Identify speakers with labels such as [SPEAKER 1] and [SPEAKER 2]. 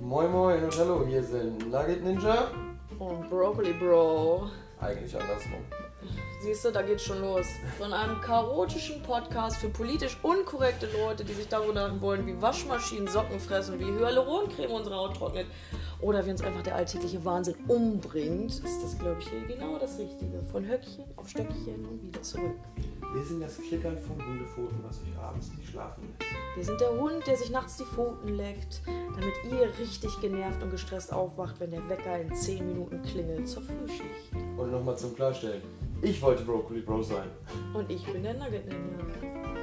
[SPEAKER 1] Moin Moin und hallo, hier sind Nugget Ninja.
[SPEAKER 2] Und Oh, Broccoli Bro.
[SPEAKER 1] Eigentlich andersrum.
[SPEAKER 2] Siehst du, da geht's schon los. Von einem chaotischen Podcast für politisch unkorrekte Leute, die sich darüber nachdenken wollen, wie Waschmaschinen Socken fressen, wie Hyaluroncreme unsere Haut trocknet oder wie uns einfach der alltägliche Wahnsinn umbringt, ist das, glaube ich, hier genau das Richtige. Von Höckchen auf Stöckchen und wieder zurück.
[SPEAKER 1] Wir sind das Klickern von Hundepfoten, was euch abends nicht schlafen lässt.
[SPEAKER 2] Wir sind der Hund, der sich nachts die Pfoten leckt, damit ihr richtig genervt und gestresst aufwacht, wenn der Wecker in 10 Minuten klingelt zur Frühschicht.
[SPEAKER 1] Und nochmal zum Klarstellen, ich wollte Broccoli Bro sein.
[SPEAKER 2] Und ich bin der Nugget Ninja.